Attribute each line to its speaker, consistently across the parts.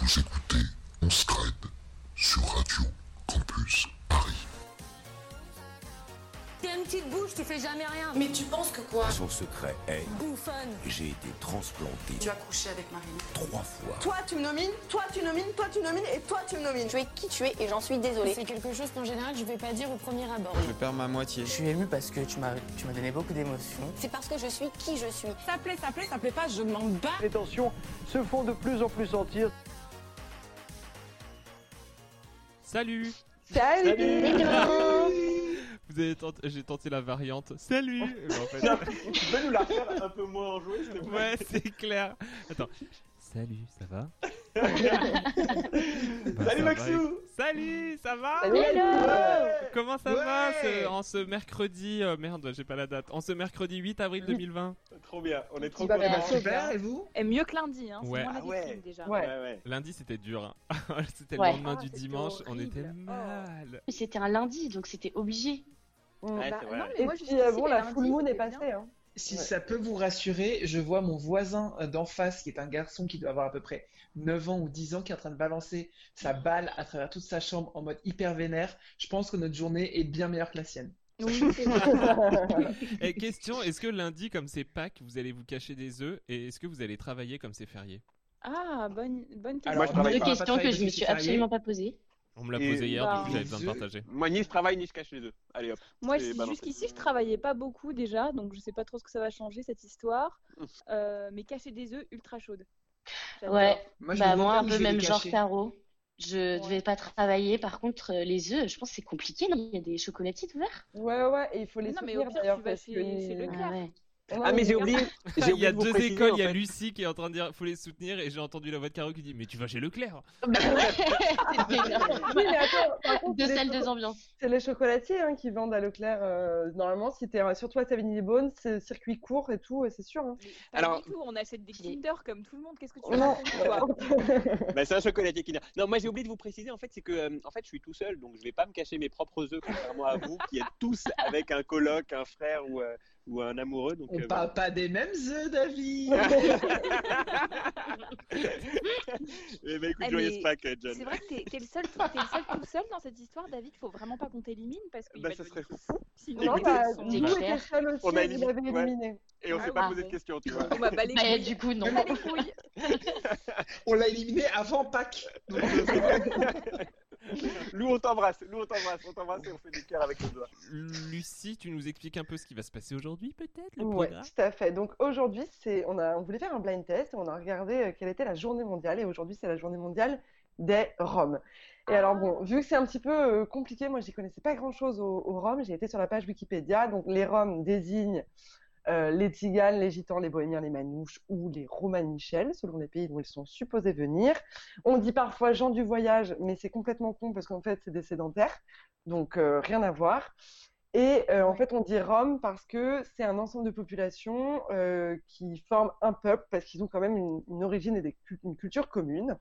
Speaker 1: Vous écoutez On se crête sur Radio Campus Paris.
Speaker 2: T'es une petite bouche, tu fais jamais rien.
Speaker 3: Mais tu penses que quoi
Speaker 4: Son secret est
Speaker 2: bouffonne.
Speaker 4: j'ai été transplanté
Speaker 3: Tu as couché avec Marine.
Speaker 4: trois fois.
Speaker 5: Toi tu me nomines, toi tu nomines, toi tu nomines et toi tu me nomines.
Speaker 6: Tu es qui tu es et j'en suis désolée.
Speaker 2: C'est quelque chose qu'en général je vais pas dire au premier abord.
Speaker 7: Je perds ma moitié.
Speaker 8: Je suis émue parce que tu m'as tu m'as donné beaucoup d'émotions.
Speaker 6: C'est parce que je suis qui je suis.
Speaker 2: Ça plaît, ça plaît, ça plaît pas, je m'en bats.
Speaker 9: les tensions se font de plus en plus sentir.
Speaker 10: Salut
Speaker 5: Salut,
Speaker 10: Vous avez tenté- J'ai tenté la variante. Salut
Speaker 9: Oh.
Speaker 10: Mais en fait-
Speaker 9: Tu peux nous la refaire un peu moins enjouée, s'il te plaît
Speaker 10: Ouais, c'est clair. Attends. Salut, ça va Bah, ça va,
Speaker 9: Salut Maxou
Speaker 10: et- Salut, ça va Comment ça
Speaker 9: Ouais
Speaker 10: va ce- en ce mercredi euh, Merde, j'ai pas la date. En ce mercredi 8 avril 2020.
Speaker 9: Trop bien, on est trop
Speaker 5: vas bien,
Speaker 9: contents.
Speaker 5: Maxou.
Speaker 9: Ouais,
Speaker 5: Super,
Speaker 8: et vous
Speaker 11: Et mieux que lundi, hein.
Speaker 10: Ouais.
Speaker 11: C'est moins
Speaker 9: Ah ouais.
Speaker 11: ridicule, déjà.
Speaker 5: Ouais.
Speaker 9: ouais.
Speaker 10: Lundi, c'était dur. hein. c'était
Speaker 11: Ouais.
Speaker 10: le lendemain
Speaker 11: Ah,
Speaker 10: du
Speaker 11: c'était
Speaker 10: dimanche. On
Speaker 11: horrible.
Speaker 10: était
Speaker 11: Oh.
Speaker 10: mal.
Speaker 11: Mais C'était un lundi, donc c'était obligé.
Speaker 9: Ouais, c'est
Speaker 3: Bah,
Speaker 9: vrai.
Speaker 5: Et puis euh, bon, la full moon est passée. Hein.
Speaker 8: Si ça peut vous rassurer, je vois mon voisin euh, d'en face, qui est un garçon qui doit avoir à peu près 9 ans ou 10 ans, qui est en train de balancer sa balle à travers toute sa chambre en mode hyper vénère. Je pense que notre journée est bien meilleure que la sienne.
Speaker 10: Et question, est-ce que lundi, comme c'est Pâques, vous allez vous cacher des œufs et est-ce que vous allez travailler comme c'est férié
Speaker 11: Ah, bonne, bonne question.
Speaker 9: Alors, Moi, je
Speaker 11: Deux
Speaker 8: Ah
Speaker 9: travaille pas,
Speaker 11: questions
Speaker 8: bah, pas
Speaker 11: que
Speaker 8: travailler
Speaker 11: je me
Speaker 8: parce
Speaker 11: suis
Speaker 8: que c'est férié.
Speaker 11: absolument pas posées.
Speaker 10: On me l'a
Speaker 9: Et-
Speaker 10: posé hier,
Speaker 11: Bah,
Speaker 10: donc j'avais besoin de
Speaker 8: les œufs.
Speaker 10: partager.
Speaker 9: Moi, ni je travaille, ni je cache les deux. Allez hop.
Speaker 11: Moi,
Speaker 9: C'est
Speaker 11: si-
Speaker 9: balancé.
Speaker 11: jusqu'ici, je travaillais pas beaucoup déjà, donc je sais pas trop ce que ça va changer cette histoire. Euh, mais cacher des œufs ultra chaudes. J'adore.
Speaker 3: Ouais,
Speaker 8: Moi, je me
Speaker 11: Bah,
Speaker 8: demande
Speaker 11: moi,
Speaker 8: pas
Speaker 11: un
Speaker 8: où
Speaker 11: peu
Speaker 8: je vais les
Speaker 11: même genre
Speaker 8: cacher.
Speaker 3: Caro. Je
Speaker 11: Ouais.
Speaker 3: devais pas travailler. Par contre, euh, les œufs, je pense que c'est compliqué. non Il y a des chocolatiers ouverts.
Speaker 5: Ouais, ouais, et il faut les
Speaker 11: Non, mais
Speaker 5: soutenir
Speaker 11: au pire,
Speaker 5: d'ailleurs.
Speaker 11: tu vas
Speaker 5: parce
Speaker 11: chez-
Speaker 5: que-
Speaker 11: chez Leclerc.
Speaker 3: Ah ouais.
Speaker 5: Ouais,
Speaker 9: Ah, mais j'ai oublié
Speaker 10: Il
Speaker 9: j'ai
Speaker 10: y
Speaker 9: oublié
Speaker 10: a
Speaker 9: de vous
Speaker 10: deux
Speaker 9: préciser,
Speaker 10: écoles,
Speaker 9: en
Speaker 10: il y a
Speaker 9: fait.
Speaker 10: Lucie qui est en train de dire faut les soutenir et j'ai entendu la voix de Caro qui dit mais tu vas chez Leclerc.
Speaker 5: Oui, mais attends, par contre,
Speaker 11: Deux
Speaker 5: c'est
Speaker 11: salles,
Speaker 5: les-
Speaker 11: deux ambiances.
Speaker 5: c'est les chocolatiers hein, qui vendent à Leclerc. euh, normalement, si t'es euh, surtout à Savigny les Bones, c'est circuit court et tout, et c'est sûr. hein.
Speaker 11: Pas
Speaker 9: Alors-
Speaker 11: du tout, on achète des Kinder comme tout le monde. Qu'est-ce que tu
Speaker 5: Non.
Speaker 11: racontes, toi
Speaker 9: Bah, c'est un chocolatier Kinder. Non, moi j'ai oublié de vous préciser en fait, c'est que euh, en fait je suis tout seul, donc je vais pas me cacher mes propres œufs, contrairement à vous qui êtes tous avec un coloc, un frère ou, euh, ou un amoureux. Donc,
Speaker 8: On
Speaker 9: euh,
Speaker 8: parle pas des mêmes œufs, David
Speaker 9: voilà. Eh ben, écoute,
Speaker 11: Eh,
Speaker 9: joyeuse
Speaker 11: mais
Speaker 9: Pâques, euh,
Speaker 11: C'est
Speaker 9: John.
Speaker 11: vrai que t'es t'es le seul, t'es le seul tout seul dans cette histoire, David. Faut vraiment pas qu'on t'élimine parce que
Speaker 9: Bah, ça serait fou.
Speaker 11: sinon
Speaker 5: Non,
Speaker 9: Écoutez,
Speaker 5: bah,
Speaker 11: ils sont-
Speaker 5: nous
Speaker 10: Leclerc.
Speaker 5: était seul aussi,
Speaker 9: On a
Speaker 5: il avait
Speaker 9: éliminé- ouais.
Speaker 5: éliminé.
Speaker 9: Et on
Speaker 11: Ah
Speaker 9: s'est pas
Speaker 11: ouais.
Speaker 9: posé de questions, tu vois.
Speaker 11: on va balayer.
Speaker 3: Bah, du coup, non.
Speaker 11: On bat les couilles.
Speaker 8: On l'a éliminé avant Pâques.
Speaker 9: Lou, on t'embrasse, Lou, on t'embrasse, on t'embrasse et on fait des cœurs avec le doigt.
Speaker 10: Lucie, tu nous expliques un peu ce qui va se passer aujourd'hui peut-être le
Speaker 5: Ouais,
Speaker 10: programme
Speaker 5: tout à fait. Donc aujourd'hui, c'est on a on voulait faire un blind test, on a regardé euh, quelle était la journée mondiale et aujourd'hui c'est la journée mondiale des Roms. Et alors bon, vu que c'est un petit peu euh, compliqué, moi j'y connaissais pas grand-chose aux, aux Roms, j'ai été sur la page Wikipédia, donc les Roms désignent euh, les Tziganes, les Gitans, les Bohémiens, les Manouches ou les Romanichels, selon les pays dont ils sont supposés venir. On dit parfois gens du voyage, mais c'est complètement con parce qu'en fait c'est des sédentaires, donc euh, rien à voir. Et euh, en fait, on dit Rome parce que c'est un ensemble de populations euh, qui forment un peuple parce qu'ils ont quand même une, une origine et des cul- une culture commune.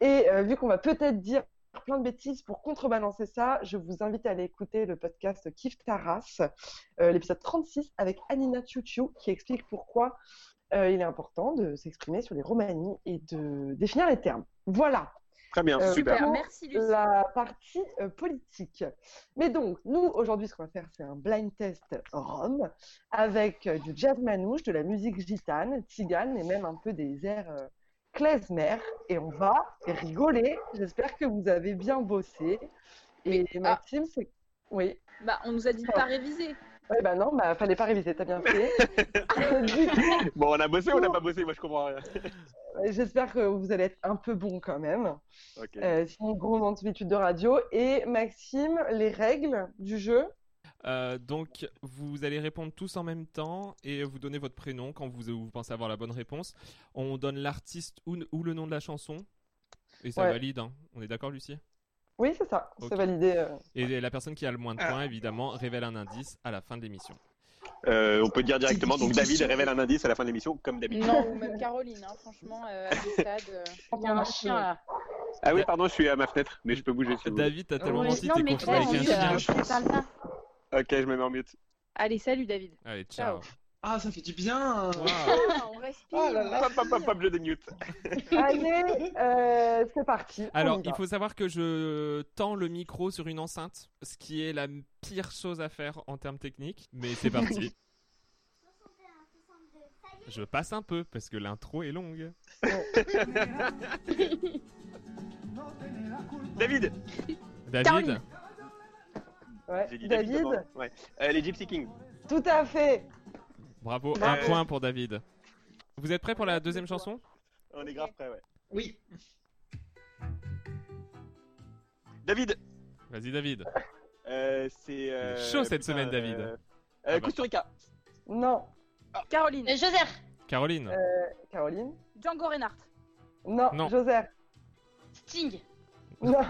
Speaker 5: Et euh, vu qu'on va peut-être dire plein de bêtises pour contrebalancer ça, je vous invite à aller écouter le podcast Kif Taras, euh, l'épisode 36 avec Anina Ciuciu qui explique pourquoi euh, il est important de s'exprimer sur les Romanies et de définir les termes. Voilà
Speaker 9: Très bien,
Speaker 5: Euh,
Speaker 9: super.
Speaker 11: Super, merci Lucie.
Speaker 5: la partie euh, politique. Mais donc, nous, aujourd'hui, ce qu'on va faire, c'est un blind test Rome avec euh, du jazz manouche, de la musique gitane, tzigane et même un peu des airs euh, klezmer. Et on va rigoler. J'espère que vous avez bien bossé. Et Maxime, c'est... Oui.
Speaker 11: Bah, on nous a dit de pas réviser.
Speaker 5: Ouais, bah non, bah fallait pas réviser, t'as bien fait. Du coup,
Speaker 9: Bon, on a bossé ou on n'a pas bossé Moi, je comprends rien.
Speaker 5: J'espère que vous allez être un peu bon quand même.
Speaker 9: Ok.
Speaker 5: Euh, sinon, gros multitude de radio. Et Maxime, les règles du jeu.
Speaker 10: Euh, Donc vous allez répondre tous en même temps et vous donnez votre prénom quand vous, vous pensez avoir la bonne réponse. On donne l'artiste ou, ou le nom de la chanson et ça
Speaker 5: Ouais.
Speaker 10: valide. hein. On est d'accord Lucie
Speaker 5: Oui, c'est ça.
Speaker 10: Ok.
Speaker 5: C'est validé. euh.
Speaker 10: Et la personne qui a le moins de points évidemment révèle un indice à la fin de l'émission.
Speaker 9: Euh, on peut dire directement, donc David révèle un indice à la fin de l'émission, comme d'habitude.
Speaker 11: Non, ou même Caroline, hein, franchement, euh, à ce stade. euh,
Speaker 3: Il y a un chien là.
Speaker 9: Ah oui, pardon, je suis à ma fenêtre, mais je peux bouger si vous voulez.
Speaker 10: David, t'as tellement
Speaker 3: Ouais.
Speaker 10: menti,
Speaker 3: Non,
Speaker 10: t'es
Speaker 3: mais
Speaker 10: confondu
Speaker 3: toi,
Speaker 10: avec
Speaker 3: on
Speaker 10: un
Speaker 3: dit, euh,
Speaker 10: chien.
Speaker 3: parle pas.
Speaker 9: Ok, je me mets en mute.
Speaker 11: Allez, salut David.
Speaker 10: Allez, ciao.
Speaker 8: Ah, ça fait du bien.
Speaker 11: Ah, on respire.
Speaker 8: Oh là là.
Speaker 9: Hop, hop, hop, hop, je démute.
Speaker 5: Allez, euh, c'est parti.
Speaker 10: Alors, il faut savoir que je tends le micro sur une enceinte, ce qui est la m- pire chose à faire en termes techniques, mais c'est parti. Je passe un peu parce que l'intro est longue.
Speaker 9: David
Speaker 10: David,
Speaker 5: Ouais.
Speaker 9: J'ai dit
Speaker 5: David,
Speaker 9: d'abord. Ouais. Euh, les Gypsy Kings.
Speaker 5: tout à fait.
Speaker 10: bravo,
Speaker 3: Bah
Speaker 10: un
Speaker 9: Bravo.
Speaker 10: point pour David. Vous êtes prêts pour la deuxième chanson
Speaker 9: On est grave près, ouais.
Speaker 8: Oui.
Speaker 9: David
Speaker 10: Vas-y David.
Speaker 9: euh, C'est. euh,
Speaker 10: Il est chaud cette
Speaker 9: putain,
Speaker 10: semaine,
Speaker 9: euh,
Speaker 10: David.
Speaker 9: euh,
Speaker 10: Ah bah.
Speaker 9: Kusturica.
Speaker 5: Non,
Speaker 11: Caroline.
Speaker 3: Euh, Joseph,
Speaker 10: Caroline,
Speaker 3: Euh.
Speaker 5: Caroline.
Speaker 11: Django Reinhardt.
Speaker 5: Non,
Speaker 10: Non.
Speaker 5: Joseph.
Speaker 3: Sting,
Speaker 5: Non,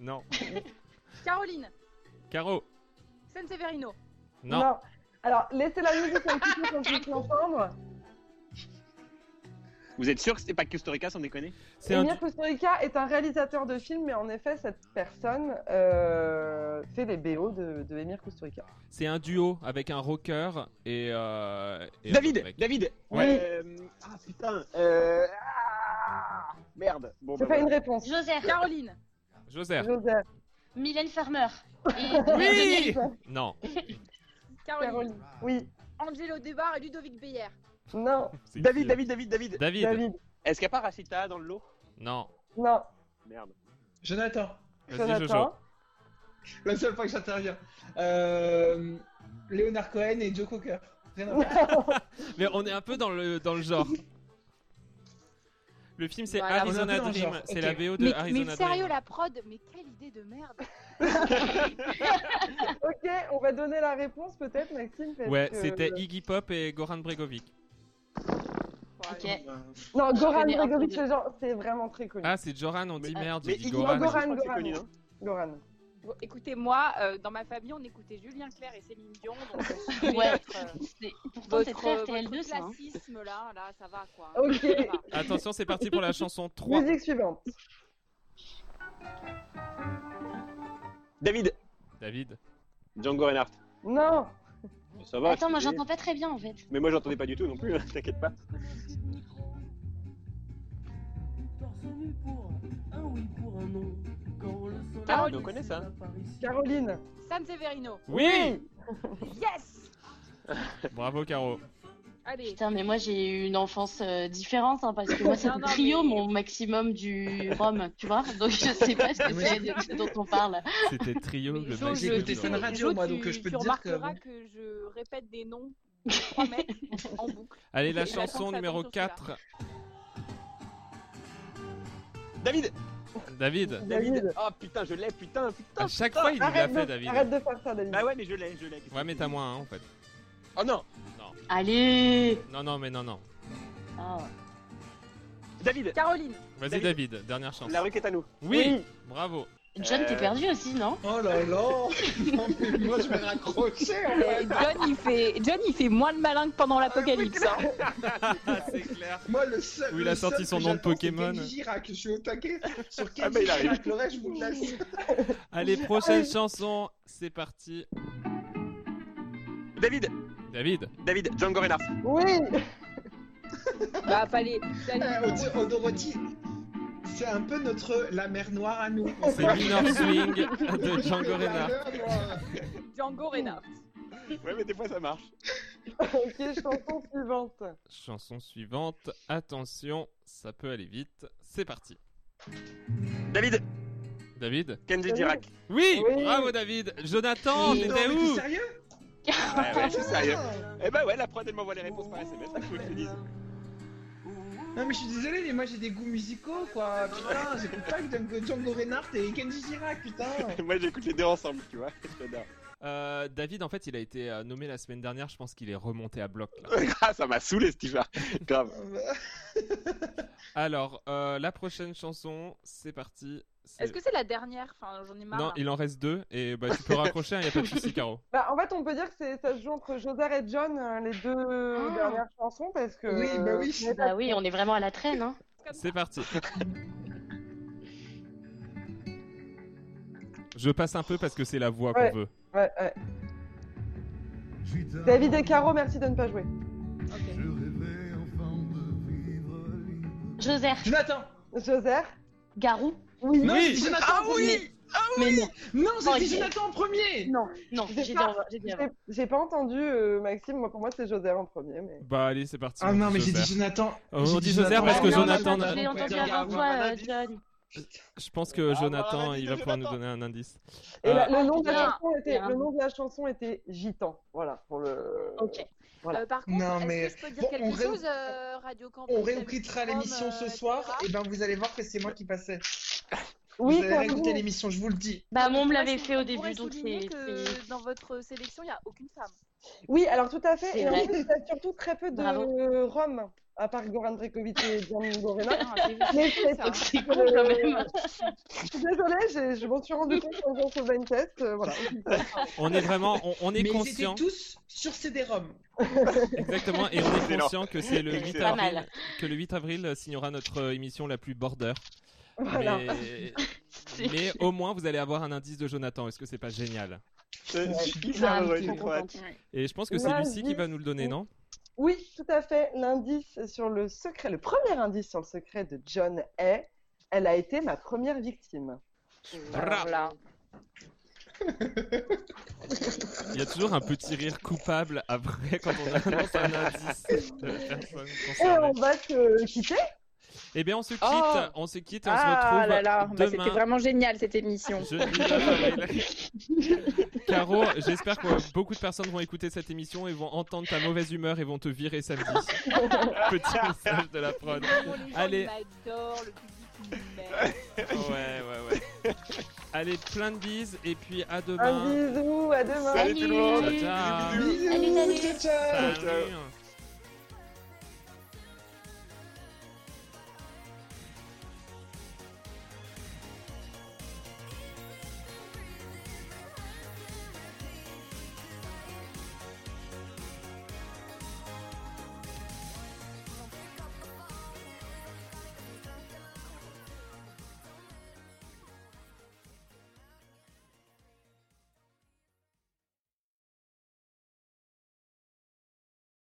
Speaker 10: non.
Speaker 11: Caroline.
Speaker 10: Caro,
Speaker 11: San Severino.
Speaker 10: non.
Speaker 5: Alors, laissez la musique un petit peu qu'on puisse l'entendre.
Speaker 9: Vous êtes sûr que c'était pas Kusturica sans déconner
Speaker 10: C'est un.
Speaker 5: Emir Kusturica est un réalisateur de films, mais en effet, cette personne euh, fait les BO de, de Emir Kusturica.
Speaker 10: C'est un duo avec un rocker et. euh, et un
Speaker 9: David
Speaker 10: autre mec.
Speaker 9: David
Speaker 10: Ouais.
Speaker 9: Euh, Ah putain euh... ah, Merde Bon,
Speaker 5: C'est
Speaker 9: bah,
Speaker 5: pas
Speaker 9: voilà.
Speaker 5: une réponse.
Speaker 3: Joseph,
Speaker 11: Caroline.
Speaker 10: Joseph,
Speaker 5: Joseph,
Speaker 3: Mylène Farmer. Et
Speaker 10: Oui non.
Speaker 11: Caroline.
Speaker 5: Caroline. Oui.
Speaker 11: Angelo Debar et Ludovic Beyer.
Speaker 5: Non,
Speaker 10: C'est
Speaker 9: David,
Speaker 10: qui
Speaker 9: David, David, David
Speaker 10: David,
Speaker 5: David.
Speaker 9: Est-ce qu'il n'y a pas Rachita dans le lot
Speaker 10: non.
Speaker 5: Non.
Speaker 9: Merde.
Speaker 8: Jonathan.
Speaker 10: Vas-y Jojo.
Speaker 5: Jonathan.
Speaker 8: La seule fois que j'interviens. Euh, Léonard Cohen et Joe Cocker. Rien à voir.
Speaker 10: Mais on est un peu dans le, dans le genre. Le film c'est
Speaker 11: Voilà,
Speaker 8: on est un
Speaker 10: Arizona
Speaker 8: peu dans le
Speaker 10: Dream,
Speaker 8: genre,
Speaker 10: c'est
Speaker 8: ok.
Speaker 10: la VO de
Speaker 11: Mais,
Speaker 10: Arizona
Speaker 11: mais sérieux,
Speaker 10: Dream.
Speaker 11: la prod, mais quelle idée de merde.
Speaker 5: Ok, on va donner la réponse peut-être, Maxime. parce
Speaker 10: Ouais,
Speaker 5: que-
Speaker 10: c'était Iggy Pop et Goran Bregovic.
Speaker 3: Ok.
Speaker 5: Non, Goran
Speaker 3: connais un
Speaker 5: Bregovic,
Speaker 3: peu
Speaker 5: le genre, c'est vraiment très connu.
Speaker 10: Ah, c'est Joran, on dit
Speaker 9: Mais-
Speaker 10: merde,
Speaker 9: mais
Speaker 10: j'ai dit
Speaker 9: Iggy
Speaker 10: Goran.
Speaker 9: Pop, je crois
Speaker 5: Goran,
Speaker 9: que c'est
Speaker 5: Goran.
Speaker 9: connu, hein.
Speaker 5: Goran.
Speaker 11: Bon, écoutez-moi, euh, dans ma famille, on écoutait Julien Clerc et Céline Dion. Donc, euh, si vous voulez
Speaker 3: Ouais.
Speaker 11: votre, euh,
Speaker 3: C'est- Pourtant, c'est
Speaker 11: votre,
Speaker 3: très
Speaker 11: euh,
Speaker 3: RTL2,
Speaker 11: votre
Speaker 3: ça. hein.
Speaker 11: classisme là, là, ça va quoi.
Speaker 5: Ok.
Speaker 11: Ça va.
Speaker 10: Attention, c'est parti pour la chanson 3.
Speaker 5: Musique suivante.
Speaker 9: David
Speaker 10: David,
Speaker 9: Django Reinhardt.
Speaker 5: Non,
Speaker 9: Ça va
Speaker 3: Attends,
Speaker 9: je
Speaker 3: moi
Speaker 9: suis-
Speaker 3: j'entends pas très bien en fait.
Speaker 9: Mais moi j'entendais pas du tout non plus, hein, t'inquiète pas. Ah, on connaît ça.
Speaker 5: Caroline.
Speaker 11: San Severino.
Speaker 10: oui
Speaker 11: Yes
Speaker 10: Bravo Caro.
Speaker 11: Allez.
Speaker 3: Putain, mais moi j'ai eu une enfance euh, différente hein, parce que moi c'était
Speaker 11: Non, non,
Speaker 3: trio
Speaker 11: mais-
Speaker 3: mon maximum du Rome, tu vois. Donc je sais pas ce que
Speaker 8: Oui.
Speaker 3: c'est de- dont on parle.
Speaker 10: C'était Trio,
Speaker 11: Mais
Speaker 10: le
Speaker 11: Jo,
Speaker 10: mec.
Speaker 8: j'ai écouté
Speaker 11: tu-
Speaker 8: Fun Radio,
Speaker 11: Jo,
Speaker 8: moi,
Speaker 11: tu-
Speaker 8: donc, euh, je peux
Speaker 11: tu
Speaker 8: te dire que-
Speaker 11: remarqueras que... je répète des noms de 3 mètres en boucle.
Speaker 10: Allez, la
Speaker 11: Et j'attends que
Speaker 10: chanson
Speaker 11: ça
Speaker 10: numéro
Speaker 11: tombe sur celui-là.
Speaker 10: 4.
Speaker 9: hein. David
Speaker 10: David,
Speaker 5: David.
Speaker 9: Ah putain, je l'ai, putain, putain
Speaker 10: à chaque
Speaker 9: putain.
Speaker 10: fois il nous l'a
Speaker 5: Arrête de,
Speaker 10: fait David.
Speaker 5: arrête de faire ça, David.
Speaker 9: Bah ouais, mais je l'ai, je l'ai.
Speaker 10: Ouais, mais t'as moins hein, en fait.
Speaker 9: Oh non
Speaker 3: Allez
Speaker 10: Non, non, mais non, non.
Speaker 3: Ah.
Speaker 9: David
Speaker 11: Caroline.
Speaker 10: Vas-y David, dernière chance.
Speaker 9: La rue qui est à nous.
Speaker 10: Oui Bravo.
Speaker 3: John, t'es
Speaker 9: Euh.
Speaker 3: perdu aussi, non
Speaker 8: Oh là là Non mais moi je vais raccrocher en
Speaker 11: Mais
Speaker 8: fait.
Speaker 11: Euh, John, il fait... John, il fait moins de malin que pendant l'apocalypse. hein.
Speaker 10: Ah, c'est clair.
Speaker 8: Moi le seul.
Speaker 10: Où il
Speaker 8: le
Speaker 10: a sorti son
Speaker 8: seul que
Speaker 10: nom de
Speaker 8: j'attends, c'est
Speaker 10: Pokémon.
Speaker 8: Kenji Girac, je suis au taquet sur Kenji
Speaker 9: Ah, bah, il arrive.
Speaker 8: Girac, le reste je vous le laisse.
Speaker 10: Allez, prochaine chanson, c'est parti.
Speaker 9: David
Speaker 10: David,
Speaker 9: David, Django Reinhardt.
Speaker 5: Oui,
Speaker 11: bah, pas les.
Speaker 9: Ah,
Speaker 8: Euh, Odi- Odoroti, c'est un peu notre la mer noire à nous.
Speaker 10: c'est Minor Swing de Django Reinhardt.
Speaker 11: Django Reinhardt.
Speaker 9: Ouais, mais des fois ça marche.
Speaker 5: ok, chanson suivante.
Speaker 10: Chanson suivante, attention, ça peut aller vite, c'est parti.
Speaker 9: David
Speaker 10: David
Speaker 9: Kenji Girac.
Speaker 10: oui,
Speaker 5: Oui.
Speaker 10: Bravo David Jonathan,
Speaker 3: Oui.
Speaker 10: t'étais
Speaker 8: T'es
Speaker 10: où
Speaker 8: sérieux
Speaker 9: Ouais, Ah ouais, je suis sérieux. Eh bah ouais, la prod elle m'envoie les réponses par SMS, ça faut que je te dise.
Speaker 8: Non mais je suis désolé, mais moi j'ai des goûts musicaux quoi. Putain, j'écoute pas que Django, Django Reinhardt et Kenji Girac, putain.
Speaker 9: Moi j'écoute les deux ensemble, tu vois. J'adore.
Speaker 10: Euh, David, en fait, il a été euh, nommé la semaine dernière, je pense qu'il est remonté à bloc. là.
Speaker 9: Ah, ça m'a saoulé ce t-shirt. Grave.
Speaker 10: Alors, euh, la prochaine chanson, c'est parti. c'est-
Speaker 11: Est-ce que hein c'est la dernière Enfin, j'en ai marre.
Speaker 10: Non,
Speaker 11: là.
Speaker 10: il en reste deux, et bah, tu peux raccrocher, il n'y a pas de souci, Caro.
Speaker 5: Bah, en fait, on peut dire que c'est- ça se joue entre Joseph et John, hein, les deux
Speaker 3: Ah.
Speaker 5: dernières chansons, parce que. euh,
Speaker 8: Oui, bah oui.
Speaker 5: Mais
Speaker 3: Bah oui, on est vraiment à la traîne, hein.
Speaker 11: Comme ça.
Speaker 10: C'est parti. Je passe un peu parce que c'est la voix
Speaker 5: Ouais.
Speaker 10: qu'on veut.
Speaker 5: Ouais, ouais. David et Caro, merci de ne pas jouer.
Speaker 11: Ok.
Speaker 3: Joser,
Speaker 8: Jonathan
Speaker 5: Joser
Speaker 3: Garou.
Speaker 5: Oui.
Speaker 8: Non,
Speaker 10: Oui.
Speaker 8: j'ai dit Jonathan
Speaker 5: Ah
Speaker 8: en premier
Speaker 3: Mais non,
Speaker 8: Non, j'ai
Speaker 3: Oh,
Speaker 8: dit
Speaker 3: yes.
Speaker 8: Jonathan en premier
Speaker 5: Non,
Speaker 3: non,
Speaker 5: J'ai
Speaker 3: j'ai
Speaker 5: pas-
Speaker 3: dit- j'ai dit avant.
Speaker 5: j'ai- j'ai pas entendu euh, Maxime, moi pour moi c'est Joser en premier. Mais...
Speaker 10: Bah allez, c'est parti.
Speaker 8: Ah non, mais j'ai dit
Speaker 10: Joser.
Speaker 8: Jonathan.
Speaker 10: On
Speaker 8: J'ai
Speaker 10: dit
Speaker 8: dit
Speaker 10: Joser parce que
Speaker 8: Ouais, on a-
Speaker 10: Jonathan- euh,
Speaker 8: on a-
Speaker 3: J'ai
Speaker 8: on a-
Speaker 3: entendu
Speaker 8: on a-
Speaker 3: avant
Speaker 8: on a-
Speaker 3: toi, euh, John.
Speaker 10: Je pense que
Speaker 9: Ah, on
Speaker 10: Jonathan,
Speaker 9: a dit
Speaker 10: il
Speaker 9: que
Speaker 10: va pouvoir nous
Speaker 9: Jonathan.
Speaker 10: donner un indice.
Speaker 8: Ah.
Speaker 5: Et la-
Speaker 10: Euh,
Speaker 5: le, nom de
Speaker 11: putain.
Speaker 5: la
Speaker 3: Ah,
Speaker 5: chanson était,
Speaker 11: Merde.
Speaker 5: le nom de la chanson était Gitan. Voilà, pour le.
Speaker 3: Ok.
Speaker 5: Voilà.
Speaker 7: Euh, par
Speaker 8: Non,
Speaker 7: contre,
Speaker 8: mais-
Speaker 7: est-ce que je peux dire
Speaker 8: Bon, on
Speaker 7: quelque
Speaker 8: ré-
Speaker 7: chose, euh, Radio Campus
Speaker 8: On réécoutera
Speaker 7: Belgique,
Speaker 8: l'émission ce
Speaker 7: euh,
Speaker 8: soir,
Speaker 7: etc.
Speaker 8: et ben vous allez voir que c'est moi qui passais.
Speaker 5: Oui,
Speaker 8: vous allez
Speaker 5: Caroline.
Speaker 8: réécouter l'émission, je vous le dis.
Speaker 3: Bah, moi, on me
Speaker 7: Moi,
Speaker 3: l'avait
Speaker 7: je
Speaker 3: fait au
Speaker 7: pourrais
Speaker 3: début, donc
Speaker 7: souligner
Speaker 3: c'est. c'est-
Speaker 7: que dans votre sélection, il n'y a aucune femme.
Speaker 5: Oui, alors tout à fait.
Speaker 3: C'est
Speaker 5: Et en
Speaker 3: vrai.
Speaker 5: fait, il y a surtout très peu de
Speaker 3: Bravo.
Speaker 5: Roms, à part Goran Brekovic et Gian Gorena.
Speaker 11: hein,
Speaker 7: Ah, j'ai vu
Speaker 5: Mais
Speaker 7: ça.
Speaker 5: c'est-
Speaker 3: Donc, c'est con quand même.
Speaker 5: Je suis désolée, j'ai- je m'en suis rendu compte en faisant ce blind test. euh, voilà.
Speaker 10: On est vraiment, on, on est
Speaker 8: mais ils étaient
Speaker 10: conscient,
Speaker 8: tous sur CD-ROM.
Speaker 10: exactement, et on est
Speaker 9: Excellent.
Speaker 10: conscient que c'est le 8
Speaker 9: Excellent.
Speaker 3: Pas mal.
Speaker 10: avril, que le 8 avril euh, signera notre euh, émission la plus border.
Speaker 5: Voilà.
Speaker 10: Mais,
Speaker 3: C'est-
Speaker 10: mais au moins, vous allez avoir un indice de Jonathan. Est-ce que c'est pas génial
Speaker 9: Je suis
Speaker 3: Ah,
Speaker 9: hyper
Speaker 3: je
Speaker 9: heureux,
Speaker 3: suis
Speaker 9: j'ai
Speaker 3: trop
Speaker 9: trop hâte.
Speaker 3: contente.
Speaker 10: Et je pense que c'est
Speaker 5: L'indice-
Speaker 10: Lucie qui va nous le donner, non
Speaker 5: Oui, tout à fait. L'indice sur le secret, le premier indice sur le secret de John est Elle a été ma première victime.
Speaker 10: Bra. Il y a toujours un petit rire coupable après quand on annonce un indice de la personne
Speaker 5: Et on
Speaker 10: concernée.
Speaker 5: va se quitter.
Speaker 10: Eh bien, on se quitte,
Speaker 7: Oh.
Speaker 10: on se quitte et on
Speaker 7: Ah
Speaker 10: se retrouve
Speaker 7: là là, bah,
Speaker 10: demain.
Speaker 7: c'était vraiment génial cette émission.
Speaker 10: Jeudi 9 avril. Caro, j'espère que beaucoup de personnes vont écouter cette émission et vont entendre ta mauvaise humeur et vont te virer samedi. Petit message de la prod.
Speaker 11: Vraiment, les gens,
Speaker 10: Allez.
Speaker 11: ils m'adorent, le public ils m'aime.
Speaker 10: Ouais, ouais, ouais. Allez, plein de bises et puis à
Speaker 5: Un
Speaker 10: demain.
Speaker 5: bisou, à demain.
Speaker 9: Ah.
Speaker 10: Oh,
Speaker 9: Salut tout le monde
Speaker 10: Ciao, ciao.
Speaker 3: Salut, salut.
Speaker 8: Ciao, ciao.
Speaker 10: Salut.